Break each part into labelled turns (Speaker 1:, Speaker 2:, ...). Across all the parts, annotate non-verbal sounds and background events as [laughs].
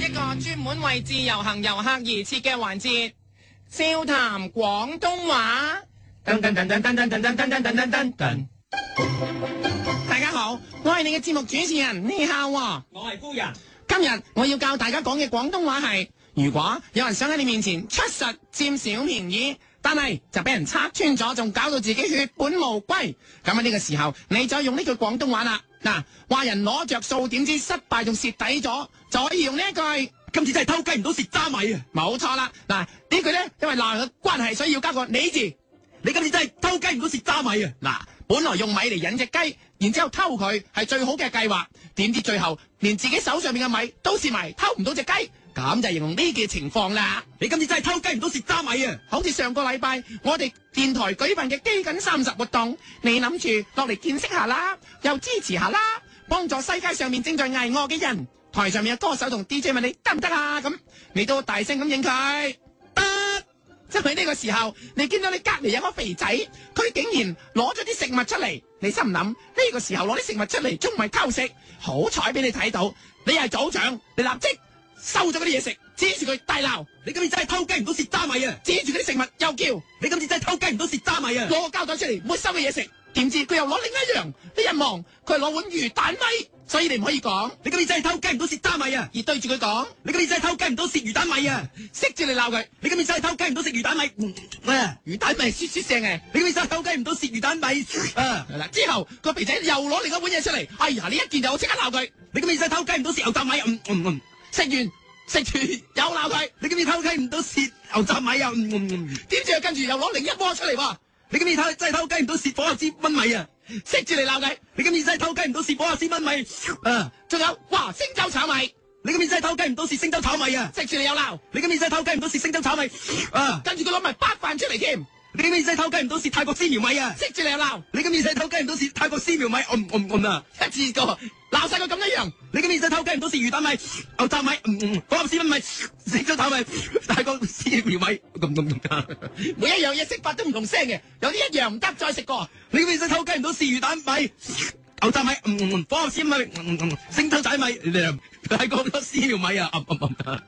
Speaker 1: 一個專門為自由行遊客而設嘅環節，笑談廣東話。噔噔噔噔噔噔噔噔噔噔噔噔噔。大家好，我係你嘅節目主持人，你好啊喎。
Speaker 2: 我係夫人，
Speaker 1: 今日我要教大家講嘅廣東話係，如果有人想喺你面前出實佔小便宜，但係就俾人拆穿咗，仲搞到自己血本無歸，咁啊喺呢個時候你就用呢句廣東話啦。嗱，話人攞着數，點知失敗仲蝕底咗，就可以用呢一句。
Speaker 2: 今次真係偷雞唔到蝕渣米啊！
Speaker 1: 冇錯啦，嗱呢句呢，因為鬧人嘅關係，所以要加個你字。
Speaker 2: 你今次真係偷雞唔到蝕渣米啊！
Speaker 1: 嗱，本來用米嚟引隻雞，然之後偷佢係最好嘅計劃，點知最後連自己手上面嘅米都蝕埋，偷唔到隻雞，咁就形容呢嘅情況啦。
Speaker 2: 你今次真係偷雞唔到蝕渣米啊！
Speaker 1: 好似上個禮拜我哋電台舉辦嘅基緊三十活動，你諗住落嚟見識下啦，又支持下啦，幫助世界上面正在挨餓嘅人。台上面嘅歌手同 DJ 問你得唔得啊？咁你都大聲咁應佢得。就喺呢個時候，你見到你隔離有個肥仔，佢竟然攞咗啲食物出嚟，你心諗呢、個時候攞啲食物出嚟，仲唔係偷食？好彩俾你睇到，你係組長，你立即收咗嗰啲嘢食，指住佢大鬧，
Speaker 2: 你今次真係偷雞唔到蝕渣米啊！
Speaker 1: 指住嗰啲食物又叫。
Speaker 2: 你今次真係偷雞唔到蝕渣米啊！
Speaker 1: 攞個膠袋出嚟沒收嘅嘢食，點知佢又攞另一樣，你一望佢係攞碗魚蛋米，所以你唔可以講，
Speaker 2: 你今次真係偷雞唔到蝕渣米啊！
Speaker 1: 而對住佢講，
Speaker 2: 你今次真係偷雞唔到蝕魚蛋米啊！
Speaker 1: 識住你鬧佢，
Speaker 2: 你今次真係偷雞唔到蝕魚蛋米嗯啊！
Speaker 1: 魚蛋咪雪雪聲啊嘅。
Speaker 2: 你今次真係偷雞唔到蝕魚蛋米啊！
Speaker 1: 係啦，之後個肥仔又攞另一碗嘢出嚟，哎呀，你一見就我即刻鬧佢，
Speaker 2: 你今次真係偷雞唔到蝕牛雜米嗯嗯嗯！
Speaker 1: 食完食完又鬧佢，
Speaker 2: 你今次偷雞唔到蝕牛雜米啊嗯嗯嗯！
Speaker 1: 點知佢跟住又攞另一鍋出嚟喎，
Speaker 2: 你今次偷真係偷雞唔到蝕火牛絲炆米啊！
Speaker 1: 識住你鬧佢，
Speaker 2: 你今次真係偷雞唔到蝕火牛絲炆米啊！
Speaker 1: 仲有哇星洲炒米，
Speaker 2: 你今次真係偷雞唔到蝕星洲炒米啊！
Speaker 1: 識住你又鬧，
Speaker 2: 你今次真係偷雞唔到蝕星洲炒米啊！
Speaker 1: 跟住佢攞埋白飯出嚟添，
Speaker 2: 你今次真係偷雞唔到蝕泰國絲苗米啊！
Speaker 1: 識住你又鬧，
Speaker 2: 你今次真係偷雞唔到蝕泰國絲苗米，嗯嗯嗯啊！
Speaker 1: 一次過鬧晒佢咁一樣。
Speaker 2: 你今次真係偷雞唔到蝕魚蛋米、牛雜米，嗯嗯，火牛絲米、星洲炒米、泰國絲苗米，咁咁咁啊！
Speaker 1: 每一樣嘢食法都唔同聲嘅，有啲一樣唔得再食過。
Speaker 2: 你今次真係偷雞唔到蝕魚蛋米、牛雜米，嗯嗯嗯，火牛絲米，嗯嗯嗯，星洲仔米，嗯泰國絲苗米啊，嗯嗯嗯啊！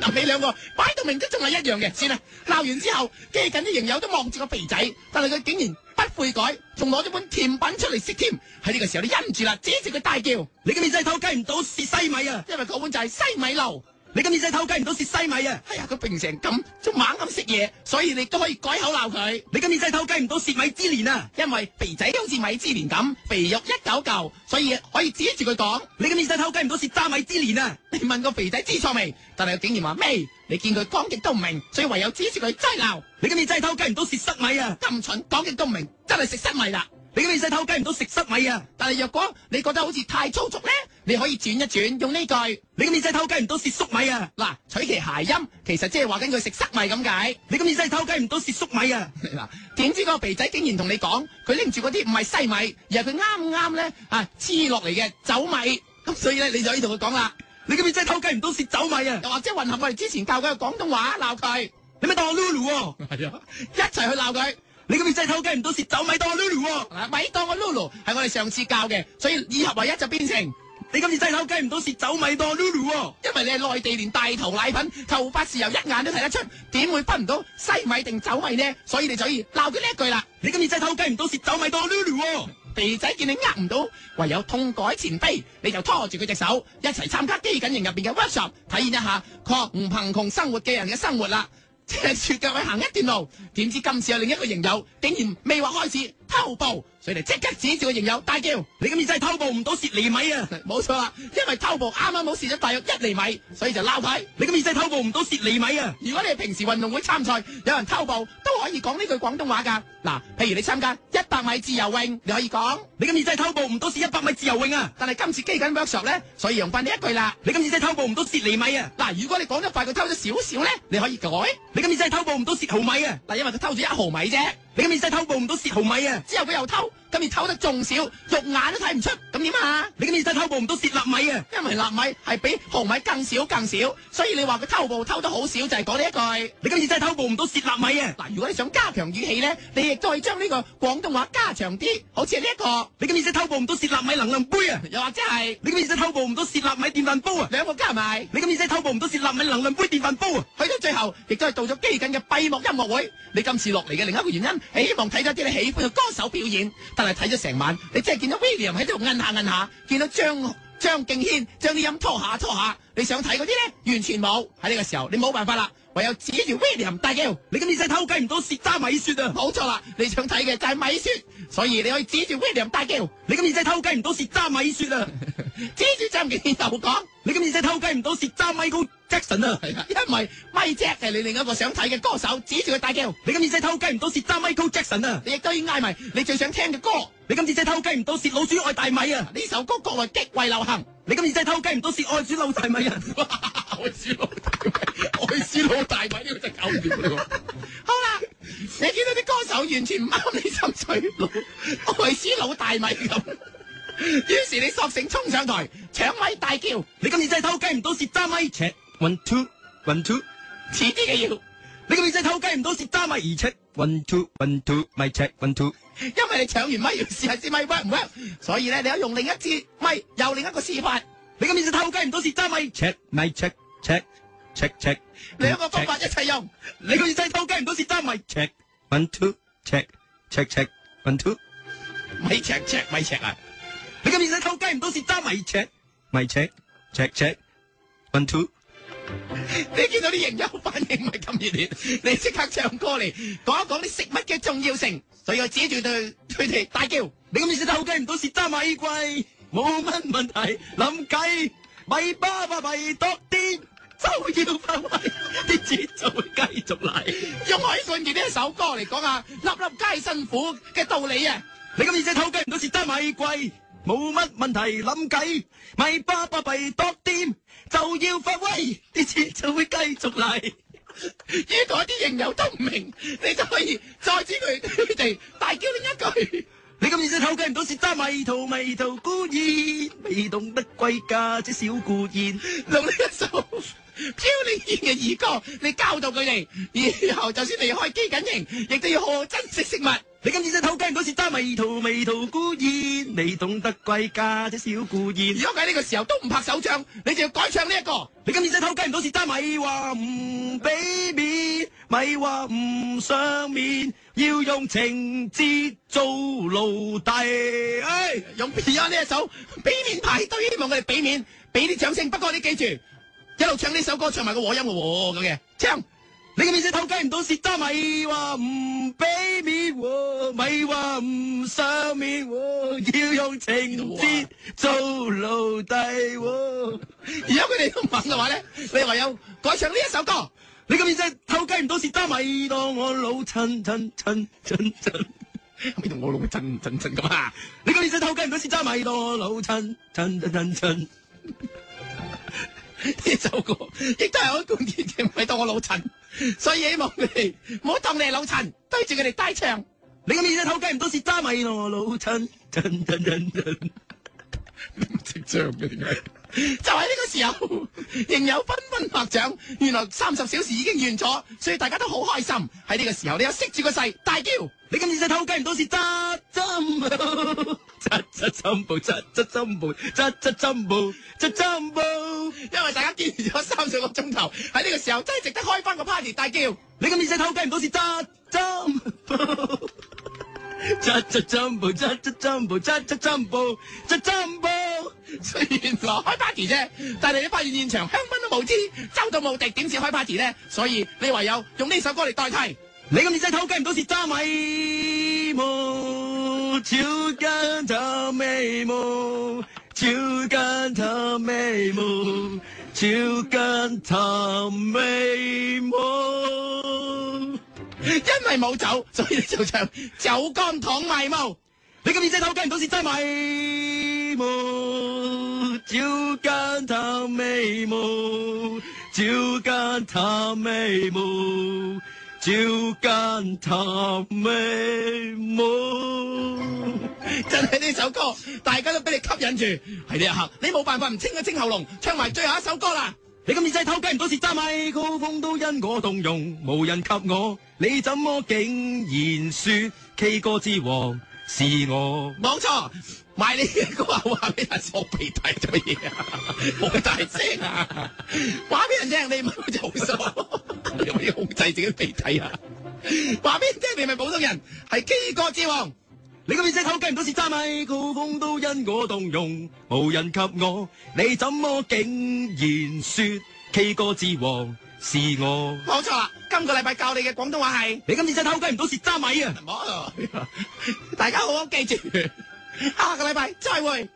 Speaker 1: 嗱，你兩個擺到明都仲係一樣嘅，算啦。鬧完之後，基緊啲營友都望住個肥仔，但係佢竟然不悔改，仲攞咗碗甜品出嚟食添。喺呢個時候，你忍唔住啦，指住佢大叫，因
Speaker 2: 你今次真係偷雞唔到蝕西米啊！
Speaker 1: 為嗰碗就係西米露。
Speaker 2: 你今次真係偷雞唔到蝕西米啊！
Speaker 1: 哎呀，佢平成咁，仲猛咁食嘢，所以你都可以改口鬧佢。
Speaker 2: 你今次真係偷雞唔到蝕米之蓮啊！
Speaker 1: 因為肥仔好似米芝蓮咁，肥肉一嚿嚿，所以可以指住佢講。
Speaker 2: 你今次真係偷雞唔到蝕渣米之蓮啊！
Speaker 1: 你問個肥仔知錯未？但係佢竟然話未，你見佢講極都唔明，所以唯有指住佢齋鬧。
Speaker 2: 你今次真係偷雞唔到蝕塞米啊！
Speaker 1: 咁蠢，講極都唔明，真係食失米啦。
Speaker 2: 你今次真係偷雞唔到食塞米啊！
Speaker 1: 但係若果你覺得好似太粗俗咧，你可以轉一轉，用呢句
Speaker 2: 你今次真係偷雞唔到蝕粟米啊！
Speaker 1: 嗱，取其諧音，其實即係話緊佢食塞米咁解。 [laughs]
Speaker 2: 你今次真係偷雞唔到蝕粟米啊！
Speaker 1: 嗱，點知嗰個肥仔竟然同你講，佢拎住嗰啲唔係西米，而係佢啱啱咧啊黐落嚟嘅酒米。咁所以咧，你就可以同佢講啦，
Speaker 2: 你今次真係偷雞唔到蝕酒米啊！
Speaker 1: 又或者混合我哋之前教佢嘅廣東話鬧佢，
Speaker 2: 你咪當我 Lulu 喎！
Speaker 1: 係啊，一齊去鬧佢。
Speaker 2: 你今次真係偷雞唔到蝕酒米當我 Lulu 喎！
Speaker 1: 嗱，咪當我 Lulu 係我哋上次教嘅，所以以合為一就變成。
Speaker 2: 你今次真係偷雞唔到蝕酒米當我 Lulu 喎！
Speaker 1: 因為你係內地連大頭奶粉、頭髮豉油一眼都睇得出，點會分唔到西米定酒米呢？所以你就可以鬧佢呢一句啦。
Speaker 2: 你今次真係偷雞唔到蝕酒米當我 Lulu 喎！
Speaker 1: 肥仔見你呃唔到，唯有痛改前非，你就拖住佢隻手一齊參加基緊營入邊嘅 workshop，體驗一下確唔貧窮生活嘅人嘅生活啦。 [laughs] 即係雪腳去行一段路，點知今次有另一個營友竟然未話開始偷步，所以你即刻指住個營友大叫。
Speaker 2: 你今次真係偷步唔到蝕厘米啊！
Speaker 1: 冇錯啦，因為偷步啱啱好蝕咗大約一厘米，所以就鬧佢。
Speaker 2: 你今次真係偷步唔到蝕厘米啊！
Speaker 1: 如果你係平時運動會參賽，有人偷步都可以講呢句廣東話㗎。嗱，譬如你參加一百米自由泳，你可以講，
Speaker 2: 你今次真係偷步唔到蝕一百米自由泳啊！
Speaker 1: 但係今次基緊 workshop 咧，所以用翻呢一句啦。
Speaker 2: 你今次真係偷步唔到蝕厘米啊！
Speaker 1: 嗱，如果你講得快，佢偷咗少少咧，你可以改。嗱，
Speaker 2: 你今次真係偷步唔到蝕毫米啊！
Speaker 1: 因為佢偷咗一毫米啫，
Speaker 2: 你今次真係偷步唔到蝕毫米啊！
Speaker 1: 之後佢又偷，今年偷得仲少，肉眼都睇唔出，咁點啊？
Speaker 2: 你今年真係偷步唔到蝕納米啊！
Speaker 1: 因為納米係比毫米更少更少，所以你話佢偷步偷得好少就係講呢一句。
Speaker 2: 你今年真係偷步唔到蝕納米啊！
Speaker 1: 嗱，如果你想加強語氣咧，你亦都可以將呢個廣東話加長啲，好似係呢一個，
Speaker 2: 你今年真係偷步唔到蝕納米能量杯啊！
Speaker 1: 又或者係
Speaker 2: 你今年真係偷步唔到蝕納米電飯煲啊！
Speaker 1: 兩個加埋。
Speaker 2: 你今年真係偷步唔到蝕納米能量杯電飯煲啊！
Speaker 1: 去到最後，亦都係到咗基緊嘅閉幕音樂會。你今次落嚟嘅另一個原因，係希望睇咗啲你喜歡嘅歌手表演。但係睇咗成晚，你真係見到 William 喺度嗯摁下摁下，見到張張敬軒將啲音拖下拖下。你想睇嗰啲咧，完全冇。喺呢個時候，你冇辦法啦，唯有指住 William 大叫。
Speaker 2: 你今年真係偷雞唔到蝕渣米雪啊！
Speaker 1: 冇錯啦，你想睇嘅就係米雪，所以你可以指住 William 大叫，
Speaker 2: 你今年真係偷雞唔到蝕渣米雪啊！
Speaker 1: 指住張敬軒又講。
Speaker 2: 你今年真係偷雞唔到蝕渣 Michael Jackson 啊！
Speaker 1: 係啦，因為咪姐係你另一個想睇嘅歌手，指住佢大叫，
Speaker 2: 你今年真係偷雞唔到蝕渣 Michael Jackson 啊！
Speaker 1: 你亦都要嗌埋你最想聽嘅歌。
Speaker 2: 你今次真係偷雞唔到蝕老鼠愛大米啊！
Speaker 1: 呢首歌國內極為流行，
Speaker 2: 你今次真係偷雞唔到蝕愛鼠老大米啊！
Speaker 1: 愛斯老大米，愛斯老大米呢個真搞掂喎。好啦，你見到啲歌手完全唔啱你心水，老愛斯老大米咁，於是你索性衝上台搶米大叫，
Speaker 2: 你今次真係偷雞唔到蝕渣米 check one two one two，
Speaker 1: 遲啲嘅要。
Speaker 2: 你今次真係偷雞唔到蝕渣米而 check one two one two 咪 check one two，
Speaker 1: 因為你搶完咪要試下支咪 work 唔 work，所以咧你可以用另一支咪，有另一個試法，
Speaker 2: 你今次真係偷雞唔到蝕渣米 check 咪 check check check check，
Speaker 1: 兩個方法一齊用。
Speaker 2: 你今次真係偷雞唔到蝕渣米 check one two check check check one two，
Speaker 1: 咪尺尺咪尺啊！
Speaker 2: 你今次真係偷雞唔到蝕渣米 check 咪 check check check one two。
Speaker 1: 你見到啲營友反應唔係咁熱烈，你即刻唱歌嚟講一講你食物嘅重要性，所以我指住對佢哋大叫。
Speaker 2: 你咁意思偷雞唔到蝕渣米貴，冇乜問題。諗計米巴巴咪多啲，就要發威，啲錢就會繼續嚟。
Speaker 1: 用海信傑呢一首歌嚟講下粒粒皆辛苦嘅道理啊！
Speaker 2: 你咁意思偷雞唔到蝕渣米貴，冇乜問題。諗計米巴巴咪多啲，就要發威，啲錢就會繼續嚟。
Speaker 1: 如果啲營友都唔明，你就可以再指佢佢哋大叫另一句。
Speaker 2: 你咁意思偷雞唔到蝕渣米圖迷途孤燕，未懂得歸家這小故燕。
Speaker 1: 用呢一首飄零燕嘅兒歌嚟教導佢哋，以後就算離開機緊營，亦都要好好珍惜食物。
Speaker 2: 你今次真係偷雞唔到蝕渣迷途迷途孤燕，未懂得歸家這小故燕。
Speaker 1: 如果喺呢個時候都唔拍手掌，你就要改唱呢、一個。
Speaker 2: 你今次真係偷雞唔到蝕渣咪話唔俾面，咪話唔上面，要用情節做奴隸。哎唉、
Speaker 1: 用 Beyond 呢一首俾面派對，希望佢哋俾面，俾啲掌聲。不過你記住，一路唱呢首歌，唱埋個和音嘅喎咁嘅，唱
Speaker 2: 你今次真係偷雞唔到蝕渣咪話唔俾面喎，咪話唔上面喎，要用情節做奴隸喎。
Speaker 1: 如果佢哋都唔肯嘅話咧，你唯有改唱呢一首歌。
Speaker 2: 你今次真係偷雞唔到蝕渣咪當我老襯襯襯襯襯。
Speaker 1: 咪同我老震震震咁啊！
Speaker 2: 你今次真係偷雞唔到蝕渣咪當我老襯襯襯襯襯。
Speaker 1: 呢首歌亦都係好貫徹嘅，唔係當我老陳，所以希望你哋唔好當你係老陳，對住佢哋低唱。
Speaker 2: 你今次真係偷雞唔到蝕渣咪當我老襯襯襯襯襯。
Speaker 1: 直唱嘅點解？就喺呢個時候，仍有紛紛拍掌。原來三十小時已經完咗，所以大家都好開心。喺呢個時候，你又識住個勢，大叫。
Speaker 2: 你今次真係偷雞唔到蝕渣針，扎扎針布，扎扎針布，扎扎針布，扎針布。
Speaker 1: 因為大家見咗三四個鐘頭，喺呢個時候真係值得開翻個 party 大叫。
Speaker 2: 你今次真係偷雞唔到蝕渣針布，扎扎針布，扎扎針布，扎扎針布，扎針布。
Speaker 1: 雖然話開 party 啫，但係你發現現場香檳都冇支，周到冇敵，點止開 party 呢？所以你唯有用呢首歌嚟代替。
Speaker 2: 你今次真係偷雞唔到蝕渣米毛，超奸他眉毛，超奸他眉毛，超奸他眉毛。
Speaker 1: 因為冇酒，所以你就唱酒干倘賣無。
Speaker 2: 你今次真係偷雞唔到蝕渣米毛，超奸他眉毛，超奸他眉毛，超照間談眉毛。
Speaker 1: 真係呢首歌，大家都俾你吸引住。喺呢一刻，你冇辦法唔清一清喉嚨，唱埋最後一首歌啦。
Speaker 2: 你今次真係偷雞唔到蝕揸咪，高峰都因我動容，無人及我。你怎麼竟然說 K 歌之王是我？
Speaker 1: 冇錯，賣你嘅歌啊，話俾人索鼻涕做乜嘢啊？好大聲啊！話俾人聽，你唔係好傻，你可以控制自己鼻涕啊！話俾人聽，你唔係普通人，係 K 歌之王。
Speaker 2: 你今次真係偷雞唔到蝕揸咪，高峰都因我動容，無人及我。你怎麼竟然說 K 歌之王是我？
Speaker 1: 冇錯啦，今個禮拜教你嘅廣東話係。
Speaker 2: 你今次真係偷雞唔到蝕揸咪啊！
Speaker 1: 唔好，大家好好記住，下個禮拜再會。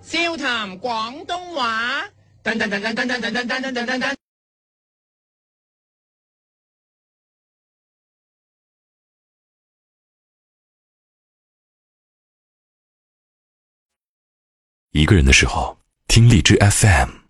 Speaker 1: 笑談廣東話。噔噔噔噔噔噔噔噔噔噔噔噔。
Speaker 3: 一个人的时候，听荔枝 FM。